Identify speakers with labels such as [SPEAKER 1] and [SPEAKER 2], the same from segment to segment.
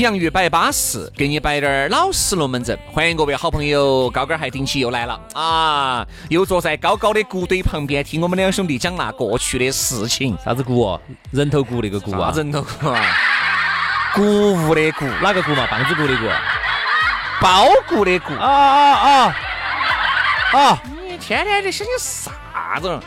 [SPEAKER 1] 洋芋摆巴适，给你摆点儿老实龙门阵。欢迎各位好朋友，高跟儿还顶起又来了啊！又坐在高高的谷堆旁边，听我们两兄弟讲那过去的事情。
[SPEAKER 2] 啥子鼓哦？人头鼓那个鼓
[SPEAKER 1] 哇，
[SPEAKER 2] 啊？
[SPEAKER 1] 人头鼓啊，谷物的谷，
[SPEAKER 2] 哪个鼓嘛？棒子鼓的鼓？啊
[SPEAKER 1] 包谷的谷。
[SPEAKER 2] 啊啊！啊，
[SPEAKER 1] 你天天的想些啥子？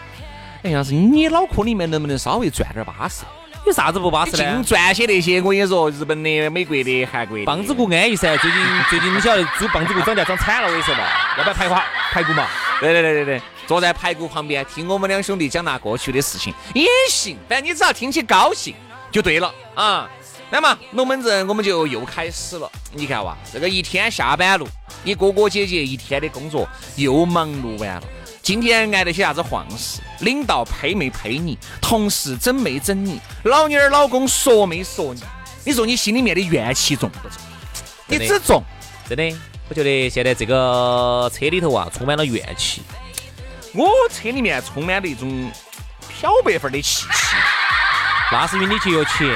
[SPEAKER 1] 哎，要是你脑壳里面能不能稍微转点儿巴适？
[SPEAKER 2] 有啥子不巴
[SPEAKER 1] 你
[SPEAKER 2] 适
[SPEAKER 1] 净
[SPEAKER 2] 呢？
[SPEAKER 1] 转些那些，我跟你说，日本的、美国的、韩国的
[SPEAKER 2] 棒子鼓安逸噻，最近最近你晓得猪棒子鼓涨价涨惨了，我跟你说嘛，要不要排花排骨嘛？
[SPEAKER 1] 对对对对对，坐在排骨旁边听我们两兄弟讲那过去的事情也行，反正你只要听起高兴就对了啊。那么龙门阵我们就又开始了，你看哇，这个一天下班路，你哥哥姐姐一天的工作又忙碌完了。今天挨了些啥子晃事？领导陪没陪你？同事整没整你？老娘儿老公说没说你？你说你心里面的怨气重不重？你
[SPEAKER 2] 真的
[SPEAKER 1] 只重
[SPEAKER 2] 真的，我觉得现在这个车里头啊，充满了怨气。
[SPEAKER 1] 我车里面充满了一种漂白粉儿的气息。
[SPEAKER 2] 那是因为你节约钱，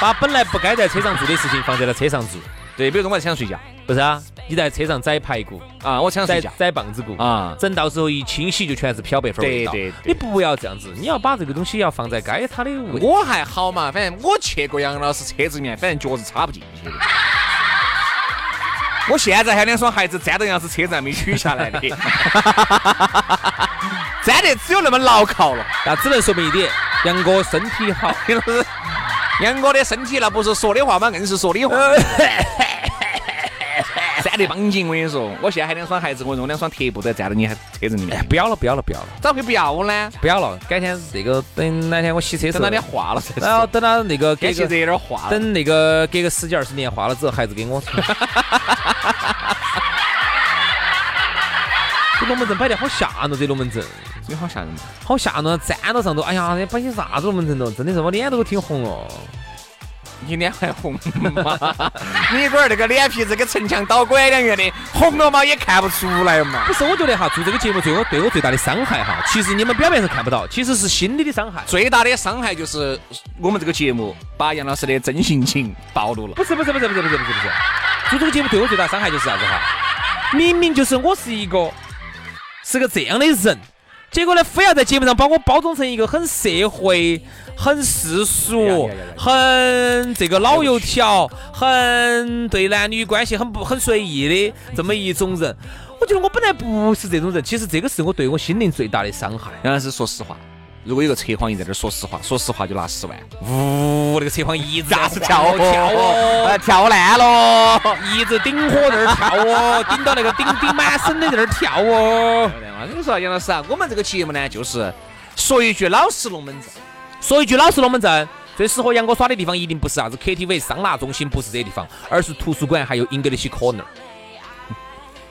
[SPEAKER 2] 把本来不该在车上做的事情放在了车上做，
[SPEAKER 1] 对，比如说我在车上睡觉
[SPEAKER 2] 不是啊？你在车上宰排骨，
[SPEAKER 1] 啊，我车上
[SPEAKER 2] 宰
[SPEAKER 1] 睡觉
[SPEAKER 2] 宰棒子鼓
[SPEAKER 1] 啊，
[SPEAKER 2] 整到时候一清洗就全是漂白粉儿味道。
[SPEAKER 1] 对对对
[SPEAKER 2] 你不要这样子，你要把这个东西要放在该它的位置。
[SPEAKER 1] 我还好嘛，反正我去过杨老师车子里面，反正脚是插 不进去的。我现在还两双鞋子粘到杨老师车子还没取下来的， 粘得只有那么牢靠了。
[SPEAKER 2] 那只能说明一点，杨哥身 体好。
[SPEAKER 1] 杨老师，杨哥的身体那不是说的话嘛，硬是说的话。 粘得绑紧，我跟你说，我现在还两双鞋子，我用两双贴布在粘到你车子里面，
[SPEAKER 2] 不要了，不要了，不要了，
[SPEAKER 1] 咋会不要呢？
[SPEAKER 2] 不要了。改天这个等哪天我洗车的时
[SPEAKER 1] 等到
[SPEAKER 2] 候
[SPEAKER 1] 你，化了 再
[SPEAKER 2] 然后
[SPEAKER 1] 说。
[SPEAKER 2] 等到那个
[SPEAKER 1] 天
[SPEAKER 2] 给
[SPEAKER 1] 气
[SPEAKER 2] 个
[SPEAKER 1] 热有点化了。
[SPEAKER 2] 等那个给个十几二十年花了之后，孩子给我。 这龙门阵摆得好吓人哦，这龙门阵
[SPEAKER 1] 你好吓人嘛！
[SPEAKER 2] 好吓人，哦，站到上头，哎呀，这摆些啥子龙门阵咯？真的是我脸都给挺红了。
[SPEAKER 1] 你脸还红吗？ 你龟儿那个脸皮子跟城墙倒拐两样的，红了嘛也看不出来嘛
[SPEAKER 2] 不。是，我觉得哈，做这个节目对我对我最大的伤害哈，其实你们表面上看不到，其实是心理的伤害。
[SPEAKER 1] 最大的伤害就是我们这个节目把杨老师的真性情暴露了。
[SPEAKER 2] 不是不是不是不是不是不是不是，做这个节目对我最大伤害就是啥子哈？明明就是我是一个是个这样的人，结果呢，非要在节目上把我包装成一个很社会、很世俗、很这个老油条、很对男女关系很不很随意的这么一种人。我觉得我本来不是这种人，其实这个是我对我心灵最大的伤害。
[SPEAKER 1] 杨老师说实话，如果有个扯谎人在这儿说实话，说实话就拿十万，
[SPEAKER 2] 呜，那个车窗一直
[SPEAKER 1] 咋
[SPEAKER 2] 在
[SPEAKER 1] 是
[SPEAKER 2] 跳
[SPEAKER 1] 跳
[SPEAKER 2] 跳哦，
[SPEAKER 1] 呃跳烂了。
[SPEAKER 2] 一直顶火在那儿跳哦，顶到那个顶顶满身的在那儿跳哦。
[SPEAKER 1] 我跟你说，杨老师啊，我们这个节目呢，就是说一句老实龙门阵。
[SPEAKER 2] 说一句老实龙门阵，最适合杨哥耍的地方一定不是啥子 KTV、桑拿中心，不是这些地方，而是图书馆还有 English Corner。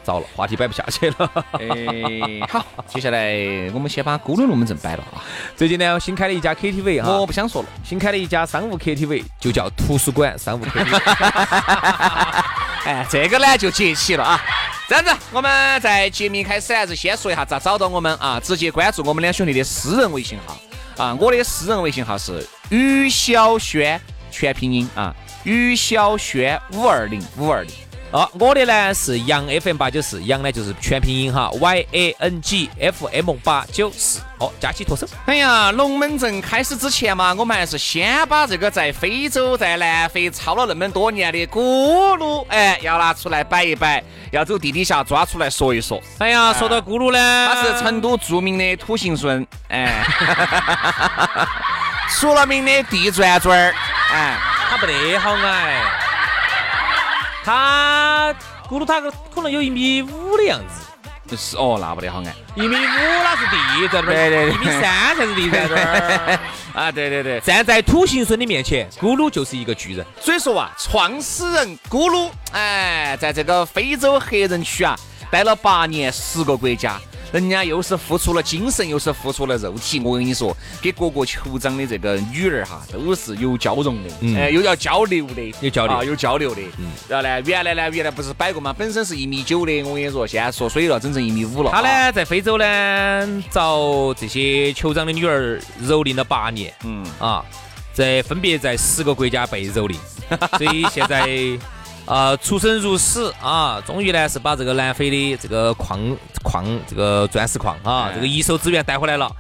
[SPEAKER 2] 糟了，话题摆不下去了。
[SPEAKER 1] 哎， 好，接下来我们先把咕噜龙门阵摆了啊。
[SPEAKER 2] 最近呢，新开了一家 KTV
[SPEAKER 1] 我
[SPEAKER 2] 哈，
[SPEAKER 1] 不想说了。
[SPEAKER 2] 啊新开了一家商务 KTV，就叫图书馆商务 KTV。
[SPEAKER 1] 哎，这个呢就接起了啊。这样子，我们在节目开始还啊是先说一下咋找到我们啊？直接关注我们两兄弟的私人微信号啊，我的私人微信号是于小轩，全拼音啊，于小轩五二零五二零。
[SPEAKER 2] 哦，我的呢是杨 FM 八九四，杨呢就是全拼音哈，Y A N G F M 八九四，哦，加起脱手。
[SPEAKER 1] 哎呀，龙门阵开始之前嘛，我们还是先把这个在非洲、在南非操了那么多年的咕噜，哎，要拿出来摆一摆，要走地底下抓出来说一说。
[SPEAKER 2] 哎呀，说到咕噜呢，
[SPEAKER 1] 他是成都著名的土行孙，哎， 出了名的地转转儿，哎，
[SPEAKER 2] 他不得好矮，他咕噜他可能有一米五的样子，
[SPEAKER 1] 是哦，那不得好矮。
[SPEAKER 2] 一米五那是地在那儿，
[SPEAKER 1] 对对对
[SPEAKER 2] 一米三才是地在这 儿。
[SPEAKER 1] 啊，对对对，
[SPEAKER 2] 站在土行孙的面前，咕噜就是一个巨人。
[SPEAKER 1] 所以说啊，创始人咕噜，哎，在这个非洲黑人区啊，待了八年，十个国家，人家又是付出了精神，又是付出了肉体。我跟你说，给各国酋长的这个女儿哈，都是有交融的，哎，又要交流的，
[SPEAKER 2] 有交流
[SPEAKER 1] 啊，有交流的。然后呢，原来呢，原来不是摆过嘛，本身是一米九的，我跟你说，现在缩水了，整成一米五了。啊
[SPEAKER 2] 他呢，在非洲呢，遭这些酋长的女儿蹂躏了八年，
[SPEAKER 1] 嗯
[SPEAKER 2] 啊，在分别在十个国家被 蹂躏，所以现在呃出生入死啊，终于呢是把这个南非的这个矿矿这个钻石矿啊
[SPEAKER 1] 哎，
[SPEAKER 2] 这个一手资源带回来了。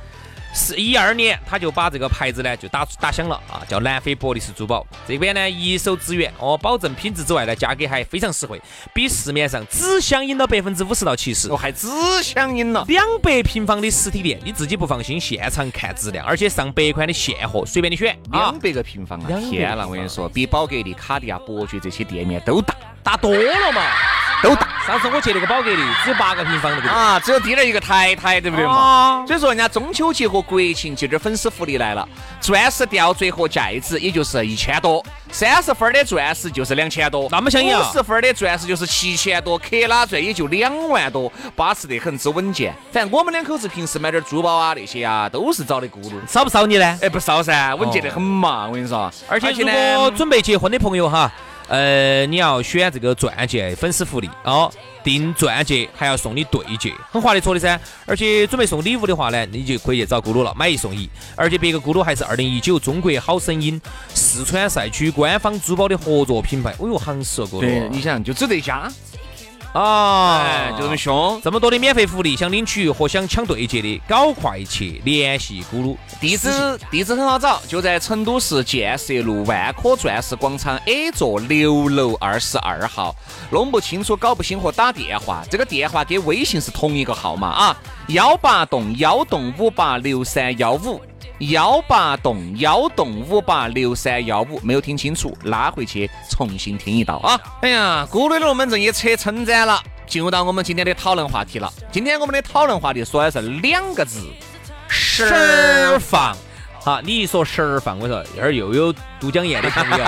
[SPEAKER 2] 是一二年，他就把这个牌子呢就打打响了啊，叫南非伯利斯珠宝。这边呢一手资源哦，保证品质之外呢，价格还非常实惠，比市面上只相应了百分之五十到七十
[SPEAKER 1] 我。还只想赢了。
[SPEAKER 2] 两百平方的实体店，你自己不放心，现场看质量，而且上百款的现货，随便你选啊
[SPEAKER 1] 两。百个平方啊！
[SPEAKER 2] 200
[SPEAKER 1] 天呐，我跟你说，比宝格丽、卡地亚、伯爵这些店面都大
[SPEAKER 2] 大多了嘛，
[SPEAKER 1] 都大
[SPEAKER 2] 上次我去那个宝格丽，只有八个平方那个地方。
[SPEAKER 1] 啊，只有低了一个台台，对不对
[SPEAKER 2] 哦
[SPEAKER 1] 嘛？所以说，人家中秋节和国庆节这粉丝福利来了，钻石吊坠和戒指也就是一千多，三十分的钻石就是两千多，
[SPEAKER 2] 那么啊想要
[SPEAKER 1] 五十分的钻石就是七千多，克拉钻也就两万多，巴适得很，之稳健。反正我们两口子平时买点珠宝啊那些啊，都是找的咕噜。
[SPEAKER 2] 少不少你呢？
[SPEAKER 1] 哎，不少噻，稳健得很嘛！我跟你说，
[SPEAKER 2] 哦而且如
[SPEAKER 1] 呢
[SPEAKER 2] 果准备结婚的朋友哈，呃，你要选这个钻戒粉丝福利哦，订钻戒还要送你对戒，很划得着的噻。而且准备送礼物的话呢，你就可以去找咕噜了，买一送一。而且别个咕噜还是二零一九中国好声音四川赛区官方珠宝的合作品牌。哎呦，行市哦，咕
[SPEAKER 1] 对，
[SPEAKER 2] 噜
[SPEAKER 1] 你想就只这一家，
[SPEAKER 2] 啊，
[SPEAKER 1] 哎，就这么凶。
[SPEAKER 2] 这么多的免费福利，想领取和想抢对接的，搞快去联系咕噜。
[SPEAKER 1] 地址地址很好找，就在成都市建设路万科钻石广场 A 座六楼二十二号。弄不清楚、搞不清和打电话，这个电话跟微信是同一个号码啊，幺八栋幺栋五八六三幺五。幺八栋幺栋五八六三幺五，没有听清楚，拉回去重新听一道啊！哎呀，咕噜的龙门阵也扯撑展了，进入到我们今天的讨论话题了。今天我们的讨论话题说的是两个字：
[SPEAKER 2] 十儿放。好，你一说十儿放，我说这儿又有都江堰的朋友、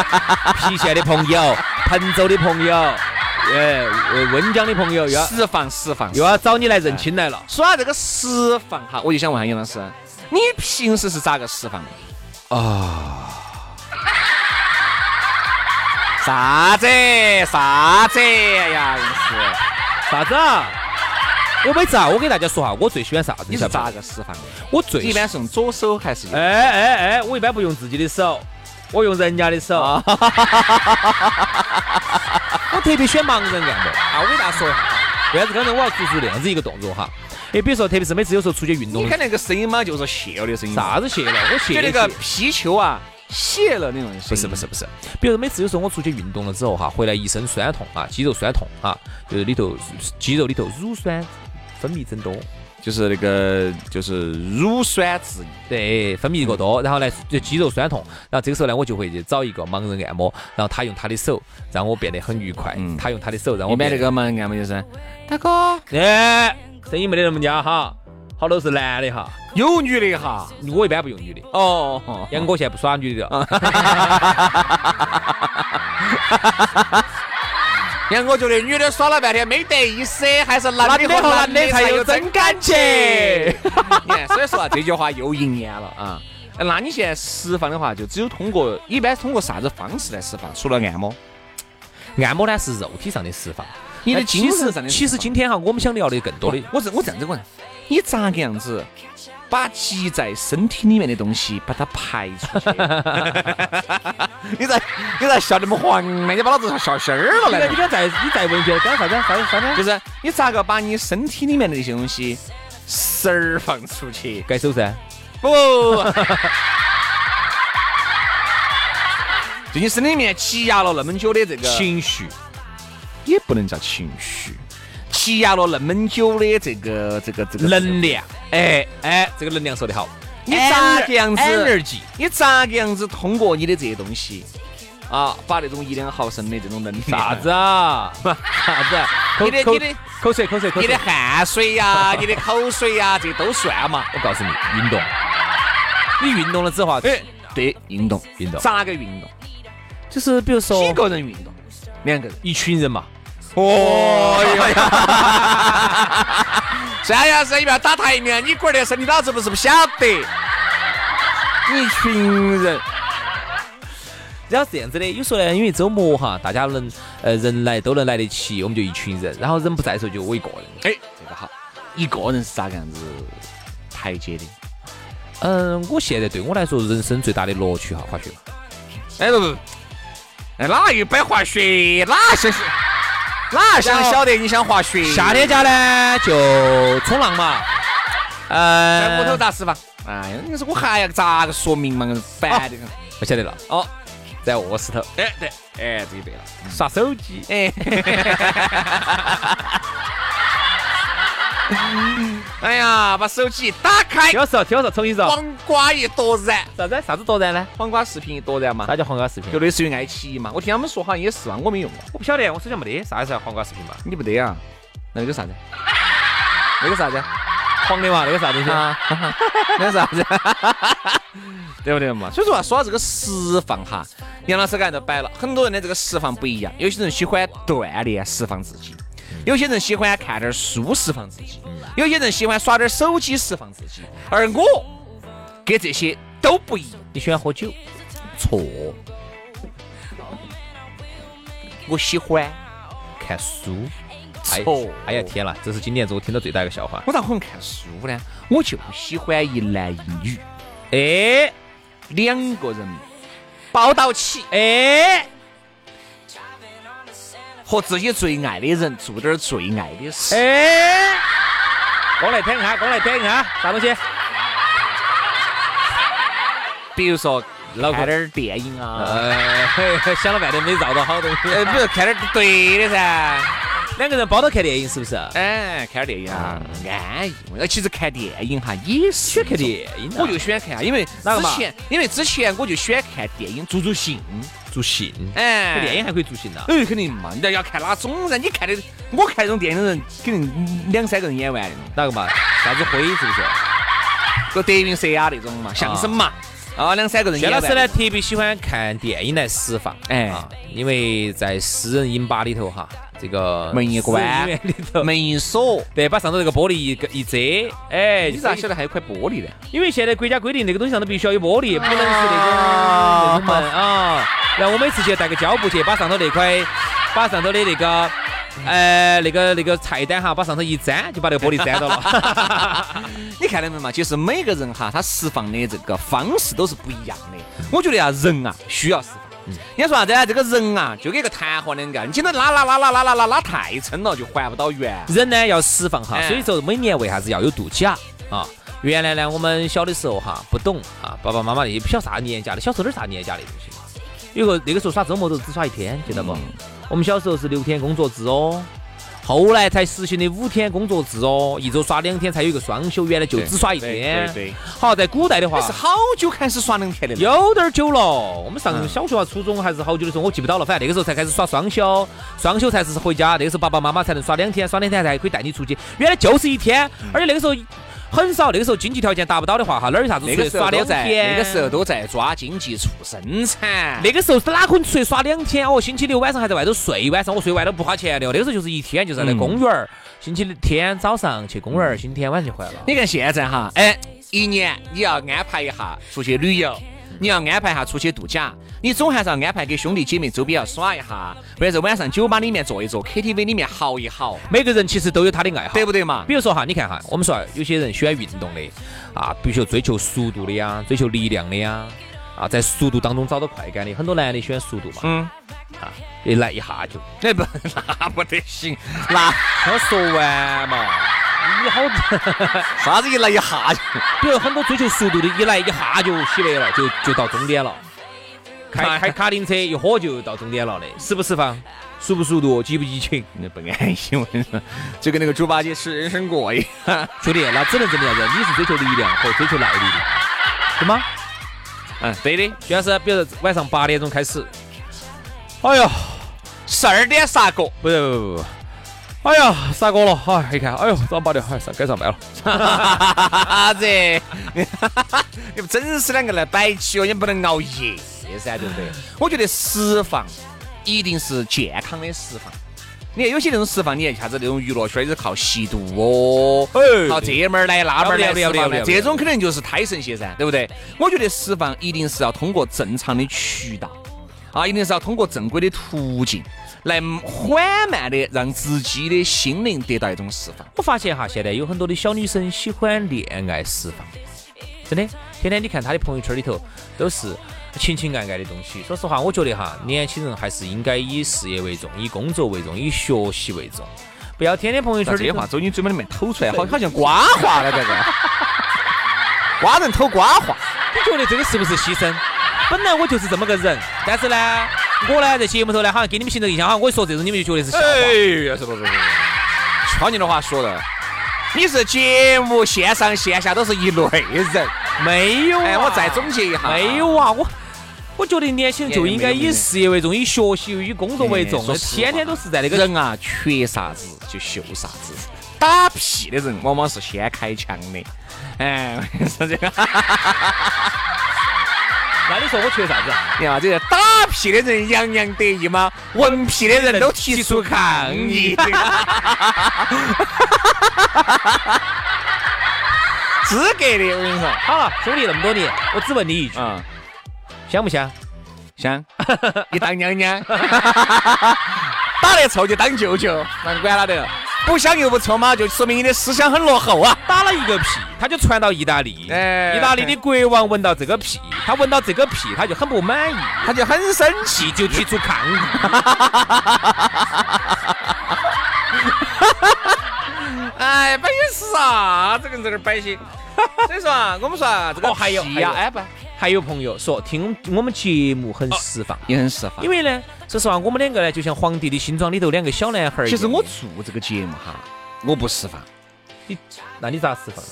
[SPEAKER 2] 郫县的朋友、彭州的朋友，哎，呃温江的朋友又要
[SPEAKER 1] 释放释放。
[SPEAKER 2] 又要找你来认亲来了。
[SPEAKER 1] 说到这个释放哈，我就想问下杨老师，你平时是咋个释放的？啊，啥子啥子哎呀，硬是，
[SPEAKER 2] 啥子啊？我没咋，我给大家说哈，我最喜欢啥子？
[SPEAKER 1] 你是
[SPEAKER 2] 晓得不
[SPEAKER 1] 咋？个释放的？
[SPEAKER 2] 我最
[SPEAKER 1] 你一
[SPEAKER 2] 喜
[SPEAKER 1] 般是用左手还是右？
[SPEAKER 2] 哎哎哎，我一般不用自己的手，我用人家的手。 我特别喜欢盲人干部啊！我给大家说一下哈，为啥子刚才我要做出那样子一个动作哈？哎，比如说，特别是每次有时候出去运动
[SPEAKER 1] 你
[SPEAKER 2] 的时候
[SPEAKER 1] 看那个声音嘛，就是泄了的声音，？
[SPEAKER 2] 啥子蟹了？我蟹
[SPEAKER 1] 就
[SPEAKER 2] 的
[SPEAKER 1] 那个
[SPEAKER 2] 蟹
[SPEAKER 1] 皮球啊，泄了那种声音。
[SPEAKER 2] 不是不是不是，比如每次有时候我出去运动了之后哈，回来一身酸痛啊，肌肉酸痛啊，就是里头肌肉里头乳酸分泌增多，
[SPEAKER 1] 就是那个就是乳酸质疑。
[SPEAKER 2] 对，分泌过多，然后呢就肌肉酸痛，然后这个时候呢我就会去找一个盲人按摩，然后他用他的手让我变得很愉快，
[SPEAKER 1] 嗯
[SPEAKER 2] 他用他的手让
[SPEAKER 1] 一
[SPEAKER 2] 我
[SPEAKER 1] 般
[SPEAKER 2] 变
[SPEAKER 1] 那
[SPEAKER 2] 得
[SPEAKER 1] 个嘛，按摩就是，大哥
[SPEAKER 2] 哎，声音没得那么嗲哈，好多是男的哈，
[SPEAKER 1] 有女的哈。
[SPEAKER 2] 我一般不用女的。
[SPEAKER 1] 哦，
[SPEAKER 2] 杨哥现在不耍女的
[SPEAKER 1] 啊
[SPEAKER 2] 了，
[SPEAKER 1] 杨哥觉得女的耍了半天没得意思，还是男的和男的才有真感情。 你看，所以说啊，这句话又应验了啊。那你现在释放的话，就只有通过一般通过啥子方式来释放？除了按摩，
[SPEAKER 2] 按摩呢是肉体上的释放，
[SPEAKER 1] 你的
[SPEAKER 2] 哎
[SPEAKER 1] 精神上的释放。
[SPEAKER 2] 其实其实今天哈，我们想聊的更多的
[SPEAKER 1] 我是我这样子问，你咋个样子把积在身体里面的东西把它排出去？ 你咋你咋笑那么黄呢？你把老子笑心儿了
[SPEAKER 2] 你
[SPEAKER 1] 来
[SPEAKER 2] 看你。刚再你再问一句，刚啥子啥子啥子？
[SPEAKER 1] 就是你咋个把你身体里面的那些东西释放出去？
[SPEAKER 2] 盖手噻。
[SPEAKER 1] 不不不不不， 就你身体里面积压了那么久的这个
[SPEAKER 2] 情绪，
[SPEAKER 1] 也不能叫情绪，积压了那么久的这个这个这个
[SPEAKER 2] 能量，
[SPEAKER 1] 哎哎，
[SPEAKER 2] 这个能量说得好。
[SPEAKER 1] 你咋个样子
[SPEAKER 2] Energy，
[SPEAKER 1] 你咋个样子通过你的这些东西啊，把那种一两毫升的这种能量
[SPEAKER 2] 啥子 啊？啥子啊？口
[SPEAKER 1] 你的
[SPEAKER 2] 口
[SPEAKER 1] 你的
[SPEAKER 2] 口水口水口
[SPEAKER 1] 你
[SPEAKER 2] 水
[SPEAKER 1] 的。汗水呀、 你的口水呀、这都算嘛。
[SPEAKER 2] 我告诉你，运动，你运动了之后啊，
[SPEAKER 1] 哎，对，运动，
[SPEAKER 2] 运动
[SPEAKER 1] 咋个运动？
[SPEAKER 2] 就是比如说
[SPEAKER 1] 几个人运动？两个人。
[SPEAKER 2] 一群人嘛，
[SPEAKER 1] 哦 呀！算呀算，你不要打台面，你滚儿的事你老子不是不晓得。一群人，
[SPEAKER 2] 然后是这样子的，有时候呢，因为周末哈，大家能呃人来都能来得起，我们就一群人，然后人不在的时候就我一个人。
[SPEAKER 1] 哎，这个好，一个人是咋个样子排解的？
[SPEAKER 2] 嗯，我现在对我来说，人生最大的乐趣哈，滑雪嘛。
[SPEAKER 1] 哎不不，哎哪又摆滑雪？哪想哪想晓得你想滑雪？
[SPEAKER 2] 夏天家呢就冲浪嘛，
[SPEAKER 1] 在木头
[SPEAKER 2] 呃，
[SPEAKER 1] 大释放。哎呀，你说我还要咋个说明嘛？烦的很。
[SPEAKER 2] 不晓得了，
[SPEAKER 1] 哦，
[SPEAKER 2] 在卧室头嗯
[SPEAKER 1] 哎对，哎这就对了。
[SPEAKER 2] 耍手机，
[SPEAKER 1] 哎，哎呀，把手机一打开，
[SPEAKER 2] 听说听说，重新说，
[SPEAKER 1] 黄瓜一夺燃，
[SPEAKER 2] 啥子啥子夺燃呢？
[SPEAKER 1] 黄瓜视频一夺燃嘛，
[SPEAKER 2] 啥叫黄瓜视频
[SPEAKER 1] 就？类似于爱奇艺嘛。我听他们说好像也是嘛，啊我没用过，
[SPEAKER 2] 我不晓得，我手机没得，啥叫黄瓜视频嘛？
[SPEAKER 1] 你不得啊？那个啥子？那个啥子？
[SPEAKER 2] 黄的嘛，那个啥东西？
[SPEAKER 1] 啊，那个啥子？ 对不对嘛？所以说啊，说到这个释放哈，杨老师刚才都摆了，很多人的这个释放不一样，有些人喜欢锻炼释放自己，有些人喜欢看点儿书释放自己，有些人喜欢耍点儿手机释放自己，而我跟这些都不一样。
[SPEAKER 2] 你喜欢喝酒？
[SPEAKER 1] 错，我喜欢。
[SPEAKER 2] 看书。
[SPEAKER 1] 错
[SPEAKER 2] 哎呀天呐，这是今年子我听到最大一个笑话。
[SPEAKER 1] 我咋可能看书呢？我就喜欢一男一女
[SPEAKER 2] 哎
[SPEAKER 1] 两个人抱到起。
[SPEAKER 2] 哎，
[SPEAKER 1] 和自己最爱的人做点儿最爱的事。
[SPEAKER 2] 哎，过来听一下，过来听一下，啥东西？
[SPEAKER 1] 比如说
[SPEAKER 2] 老
[SPEAKER 1] 看点儿电影啊，
[SPEAKER 2] 呃，嘿嘿想了半天没绕到好东西。
[SPEAKER 1] 呃，比如看点儿对的噻，
[SPEAKER 2] 哎两个人包到看电影是不是？
[SPEAKER 1] 哎，看点儿电影啊，安逸。呃，其实看电影哈也是喜
[SPEAKER 2] 喜欢看电影啊
[SPEAKER 1] 我就喜欢看啊，因为
[SPEAKER 2] 哪个
[SPEAKER 1] 之
[SPEAKER 2] 嘛
[SPEAKER 1] 前因为之前我就喜欢看电影助助兴，
[SPEAKER 2] 助兴，
[SPEAKER 1] 哎，
[SPEAKER 2] 看电影。还可以助兴呢。
[SPEAKER 1] 哎，肯定嘛！你要要看哪种噻？你看的，我看这种电影的人，肯定两三个人演完的，
[SPEAKER 2] 哪个嘛？啥子灰是不是？
[SPEAKER 1] 就德云社啊那种嘛，相声嘛，啊，两三个人
[SPEAKER 2] 薛
[SPEAKER 1] 演
[SPEAKER 2] 老
[SPEAKER 1] 完。
[SPEAKER 2] 师呢，特别喜欢看电影来释放，
[SPEAKER 1] 哎
[SPEAKER 2] 啊，因为在私人影吧里头哈，这个
[SPEAKER 1] 门一关
[SPEAKER 2] 私人影院里头，
[SPEAKER 1] 门一锁，
[SPEAKER 2] 对，把上头这个玻璃一个一遮，哎，
[SPEAKER 1] 你咋晓
[SPEAKER 2] 得？
[SPEAKER 1] 得还有块玻璃呢？
[SPEAKER 2] 因为现在国家规定，那个东西上头必须要有玻璃，不能是那种那种门啊。然后我每次去带个胶布去，把上头那块，把上头的那个。呃，那个那个菜单哈，把上头一粘，就把那个玻璃粘到了。
[SPEAKER 1] 你看到没嘛？其实每个人哈，他释放的这个方式都是不一样的。我觉得啊，人啊需要释放。人家说啥子啊？这个人啊，就跟一个弹簧两个，你今天拉拉拉拉拉拉拉拉太撑了，就还不到原。
[SPEAKER 2] 人呢要释放哈，
[SPEAKER 1] 哎
[SPEAKER 2] 所以说每年为啥子要有度假啊？原来呢，我们小的时候哈不懂啊，爸爸妈妈也不晓得啥年啊假的，小时候哪儿啥年假的东西嘛。有个那个时候耍周末都只耍一天，记得
[SPEAKER 1] 嗯
[SPEAKER 2] 不？我们小时候是六天工作制哦，后来才实行的五天工作制哦，一周耍两天才有一个双休，原来就只耍一天。
[SPEAKER 1] 对对对
[SPEAKER 2] 好，在古代的话
[SPEAKER 1] 我是。好久开始耍两天的了。
[SPEAKER 2] 有点儿久了，我们上
[SPEAKER 1] 嗯
[SPEAKER 2] 小学啊、初中还是好久的时候，我记不到了。反正那个时候才开始耍双休，双休才是回家。那个时候爸爸妈妈才能耍两天，耍两天才可以带你出去。原来就是一天，而且那个时候很少，那个时候经济条件达不到的话，哈，哪有啥子
[SPEAKER 1] 那
[SPEAKER 2] 出
[SPEAKER 1] 个
[SPEAKER 2] 去
[SPEAKER 1] 时候
[SPEAKER 2] 耍
[SPEAKER 1] 都
[SPEAKER 2] 两
[SPEAKER 1] 在，
[SPEAKER 2] 天？
[SPEAKER 1] 那个时候都在抓经济促生产。
[SPEAKER 2] 那个时候是哪可能出去耍两天哦？星期六晚上还在外头睡，晚上我睡外头不花钱的哦。那个时候就是一天，就是在公园儿，星期天早上去公园儿，星期天晚上就回来了。
[SPEAKER 1] 你看现在哈，哎，一年你要安排一下出去旅游，
[SPEAKER 2] 嗯
[SPEAKER 1] 你要安排一下出去度假，你总还是要安排给兄弟姐妹周边要耍一下，或者是晚上酒吧里面坐一坐，KTV 里面嚎一嚎，
[SPEAKER 2] 每个人其实都有他的爱好，
[SPEAKER 1] 对不对嘛？
[SPEAKER 2] 比如说哈，你看哈，我们说啊有些人喜欢运动的啊，比如说追求速度的呀，追求力量的呀，啊，啊，在速度当中找到快感的，很多男的喜欢速度嘛，
[SPEAKER 1] 嗯，
[SPEAKER 2] 啊，一来一下就，
[SPEAKER 1] 那不 那不得行，那
[SPEAKER 2] 听我说完嘛，你好，
[SPEAKER 1] 啥子一来一下就，
[SPEAKER 2] 比如很多追求速度的，一来一下就洗白了，就就到终点了，开开卡丁车一喝就到终点了的，是不是放？速不速度，激不激情？
[SPEAKER 1] 那不安逸，我跟你说，就跟那个猪八戒吃人参果一样。
[SPEAKER 2] 兄弟，那只能证明啥子？你是追求力量和追求耐力的，对吗？
[SPEAKER 1] 嗯，对的，
[SPEAKER 2] 徐老师，比如说晚上八点钟开始，哎呀，
[SPEAKER 1] 十二点杀锅，
[SPEAKER 2] 不是不不不不，哎呀，杀锅了，哎，一看，哎呦，早上八点，哎，上该上班了。
[SPEAKER 1] 啥子？ 你们真是两个来摆起哦，你不能熬夜噻，对不对？我觉得释放一定是健康的释放。你看有些那种释放，你看啥子那种娱乐圈就是靠吸毒哦，
[SPEAKER 2] 哎
[SPEAKER 1] 靠这门儿来那门儿来
[SPEAKER 2] 要不得
[SPEAKER 1] 释
[SPEAKER 2] 要不得要
[SPEAKER 1] 放
[SPEAKER 2] 不得
[SPEAKER 1] 呢
[SPEAKER 2] 要不得
[SPEAKER 1] 这种肯定就是胎神些噻，对不对？我觉得释放一定是要通过正常的渠道啊，一定是要通过正规的途径来缓慢的让自己的心灵得到一种释放。
[SPEAKER 2] 我发现哈，现在有很多的小女生喜欢恋爱释放，真的。天天你看她的朋友圈里头都是情情爱爱的东西。说实话，我觉得哈，年轻人还是应该以事业为重，以工作为重，以学习为重，不要天天朋友
[SPEAKER 1] 把
[SPEAKER 2] 圈里
[SPEAKER 1] 这些
[SPEAKER 2] 头
[SPEAKER 1] 话走你嘴巴里面吐出来，好好像瓜话了，这个 瓜人偷瓜话。
[SPEAKER 2] 你觉得这个是不是牺牲？本来我就是这么个人，但是呢，我呢在节目头呢，好像给你们形成印象，好像我一说这种，你们就觉得是笑话。
[SPEAKER 1] 呀，是不是？瞧你的话说的，你是节目线上线下都是一类人。
[SPEAKER 2] 没有、啊，
[SPEAKER 1] 哎，我再总结一下，
[SPEAKER 2] 没有啊，我我觉得年轻人就应该以事业为重，以学习、以工作为重
[SPEAKER 1] 哎，说实话
[SPEAKER 2] 天天都是在那个
[SPEAKER 1] 人啊，缺啥子就秀啥子。打屁的人往往是先开枪的，哎， 我跟你说这个，
[SPEAKER 2] 那你说我缺啥子？
[SPEAKER 1] 你看这个打屁的人洋洋得意吗？文屁的人都提出抗 议。资格的，我跟你说，
[SPEAKER 2] 好了，兄弟那么多年，我只问你一句，
[SPEAKER 1] 嗯，
[SPEAKER 2] 香不香？
[SPEAKER 1] 香，你当娘娘， 打得臭就当舅舅，那管他的，不香又不臭嘛，就说明你的思想很落后啊。
[SPEAKER 2] 打了一个屁，他就传到意大利，
[SPEAKER 1] 哎
[SPEAKER 2] 意大利的国王闻到这个屁，他闻到这个屁，他就很不满意，
[SPEAKER 1] 他就很生 气，
[SPEAKER 2] 气就提出抗议。
[SPEAKER 1] 哎，摆些啥子跟啊这儿摆些？ 所以说啊，我们说啊，这个
[SPEAKER 2] 哦还有
[SPEAKER 1] 屁
[SPEAKER 2] 还有
[SPEAKER 1] 呀，哎不，
[SPEAKER 2] 还有朋友说听我们节目很释放。
[SPEAKER 1] 也很释放
[SPEAKER 2] 因。为呢，说实话，我们两个呢，就像皇帝的新装里头两个小男孩儿一样。
[SPEAKER 1] 其实我做这个节目哈，我不释放，
[SPEAKER 2] 你，那你咋释放呢？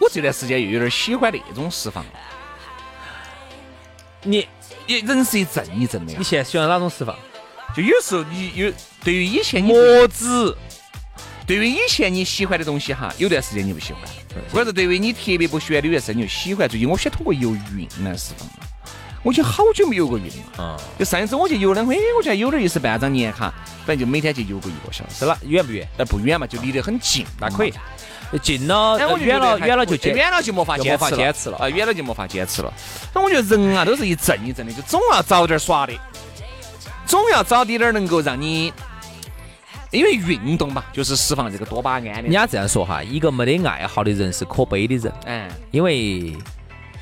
[SPEAKER 1] 我这段时间又有点喜欢那种释放了。
[SPEAKER 2] 你
[SPEAKER 1] 也人是一阵一阵的呀
[SPEAKER 2] 你，现在喜欢哪种释放？
[SPEAKER 1] 就有时候你有对于以前你
[SPEAKER 2] 墨子，
[SPEAKER 1] 对于以前你喜欢的东西哈，有段时间你不喜欢，或者是对于你特别不喜欢的有段时间你就喜欢。最近我喜欢通过游泳来释放了，我已经好久没游过泳了。
[SPEAKER 2] 嗯，
[SPEAKER 1] 就上一次我去游两回，哎，我觉得有点意思，办张年卡，反正就每天去游个一个小时
[SPEAKER 2] 是。哪远不远？
[SPEAKER 1] 那不远嘛，就离得很近，
[SPEAKER 2] 那可以。，近了，
[SPEAKER 1] 哎，我
[SPEAKER 2] 呃远了，远了就
[SPEAKER 1] 见，
[SPEAKER 2] 见。
[SPEAKER 1] 远了就没法
[SPEAKER 2] 就
[SPEAKER 1] 坚
[SPEAKER 2] 没法
[SPEAKER 1] 持
[SPEAKER 2] 坚持了
[SPEAKER 1] 啊，远了就没法坚持了。那我觉得人啊，都是一阵一阵的，就总要找点耍的，总要找点点能够让你，因为运动嘛，就是释放这个多巴胺
[SPEAKER 2] 人
[SPEAKER 1] 的。
[SPEAKER 2] 家这样说哈，一个没得爱好的人是可悲的人，
[SPEAKER 1] 哎，
[SPEAKER 2] 因为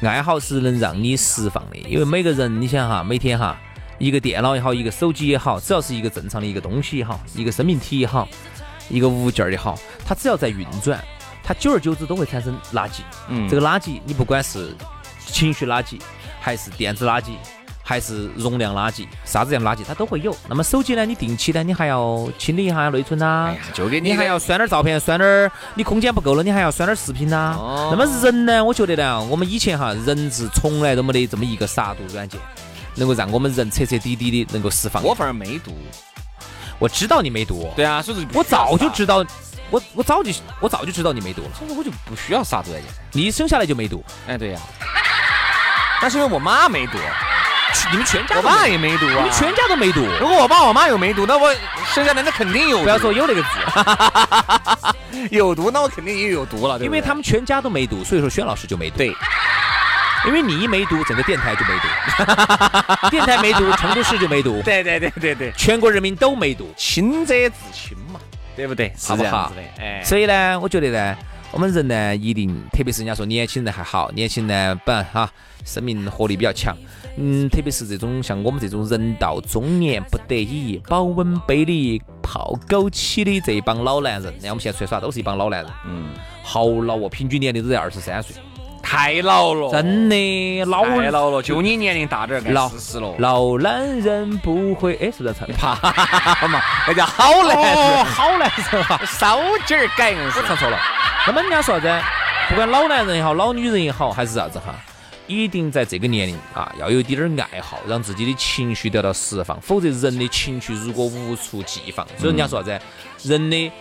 [SPEAKER 2] 爱好是能让你释放的。因为每个人，你想哈，每天哈，一个电脑也好，一个手机也好，只要是一个正常的一个东西也好，一个生命体也好，一个物件儿也好，它只要在运转，它久而久之都会产生垃圾。
[SPEAKER 1] 嗯，
[SPEAKER 2] 这
[SPEAKER 1] 这个
[SPEAKER 2] 个垃圾，你不管是情绪垃圾，还是电子垃圾，还是容量垃圾，啥子样的垃圾它都会有。那么手机呢，你定期呢，你还要清理一下内存啊呐
[SPEAKER 1] 哎呀，，就给你
[SPEAKER 2] 你还要删点儿照片，删点儿你空间不够了，你还要删点儿视频呐。
[SPEAKER 1] 哦
[SPEAKER 2] 那么人呢，我觉得呢，我们以前哈，人是从来都没得这么一个杀毒软件。能够让我们人彻彻底底的能够释放。
[SPEAKER 1] 我反而没读。
[SPEAKER 2] 我知道你没毒，
[SPEAKER 1] 对啊，所以
[SPEAKER 2] 我早就
[SPEAKER 1] 道，
[SPEAKER 2] 知道，我我早就我早就知道你没毒了，
[SPEAKER 1] 所以我就不需要啥子软件。
[SPEAKER 2] 你生下来就没毒，
[SPEAKER 1] 哎，对呀、那是因为我妈没读，
[SPEAKER 2] 去你们全家
[SPEAKER 1] 我
[SPEAKER 2] 都
[SPEAKER 1] 爸
[SPEAKER 2] 没
[SPEAKER 1] 也没读
[SPEAKER 2] 毒，你
[SPEAKER 1] 啊
[SPEAKER 2] 们。全家都没毒。
[SPEAKER 1] 如果我爸我妈有没读，那我生下来那肯定有毒。
[SPEAKER 2] 不要说有那个啊字，
[SPEAKER 1] 有毒，那我肯定也有毒了，对
[SPEAKER 2] 因
[SPEAKER 1] 不对
[SPEAKER 2] 为他们全家都没读，所以说轩老师就没读。
[SPEAKER 1] 对，
[SPEAKER 2] 因为你一没读，整个电台就没读， 电台没读，成都市就没读，
[SPEAKER 1] 对对对对对，
[SPEAKER 2] 全国人民都没读，
[SPEAKER 1] 亲者自亲嘛，对不对？
[SPEAKER 2] 好
[SPEAKER 1] 是这
[SPEAKER 2] 不好
[SPEAKER 1] 样子的哎，
[SPEAKER 2] 所以呢，我觉得呢，我们人呢，一定，特别是人家说年轻人还好，年轻人本哈、生命活力比较强，嗯，特别是这种像我们这种人到中年不得已保温杯里泡枸杞的这一帮老男人，那我们现在出来耍都是一帮老男人，嗯，好老哦，平均年龄都在二十三岁，
[SPEAKER 1] 太老了，
[SPEAKER 2] 真的老
[SPEAKER 1] 哦太老了，就你年龄大点儿，该
[SPEAKER 2] 老
[SPEAKER 1] 四十了。
[SPEAKER 2] 老男人不会，哎， 是不是 唱的？
[SPEAKER 1] 怕嘛，
[SPEAKER 2] 那叫好男人，
[SPEAKER 1] 哦，好难受啊！
[SPEAKER 2] 烧鸡儿改硬是
[SPEAKER 1] 我唱错了。
[SPEAKER 2] 那么人家说啥子？不管老男人也好，老女人也好，还是啥子哈，一定在这个年龄啊，要有一点点爱好，让自己的情绪得到释放，否则人的情绪如果无处寄放，所以人家说啥子？
[SPEAKER 1] 嗯
[SPEAKER 2] 人的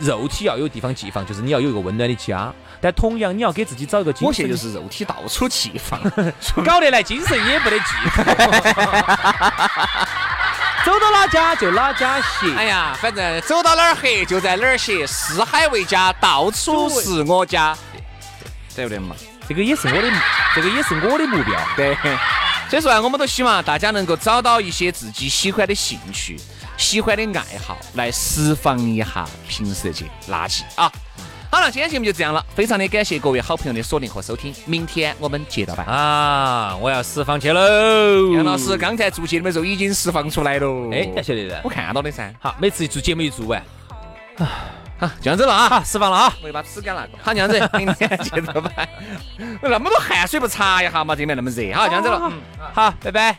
[SPEAKER 2] 肉体要有地方寄放，就是你要有一个温暖的家，但同样你要给自己找一个精神。
[SPEAKER 1] 我现在就是肉体到处寄放，
[SPEAKER 2] 搞得来精神也不得寄放。走到哪家就哪家歇。
[SPEAKER 1] 哎呀，反正走到哪儿黑就在哪儿歇，四海为家，到处是我家，对不对嘛？
[SPEAKER 2] 这个也是我的，这个也是我的目标。
[SPEAKER 1] 对，
[SPEAKER 2] 所以说啊，我们都希望大家能够找到一些自己喜欢的兴趣、喜欢的爱好，来释放一下平时这些垃圾啊。好了，今天节目就这样了，非常的感谢各位好朋友的锁定和收听，明天我们接着办。
[SPEAKER 1] 啊，我要释放去喽。
[SPEAKER 2] 杨老师，哦刚才做节目的时候已经释放出来了，
[SPEAKER 1] 哎，要晓得的
[SPEAKER 2] 我。看到的噻。
[SPEAKER 1] 好，每次一做节目一做完，
[SPEAKER 2] 好，就这样子了啊，
[SPEAKER 1] 好，释放了啊。
[SPEAKER 2] 我就把纸杆拿过来。好，这样子，明天接着办。那么多汗水不擦一下嘛？这边那么热，好，这样子了。嗯
[SPEAKER 1] 好，拜拜。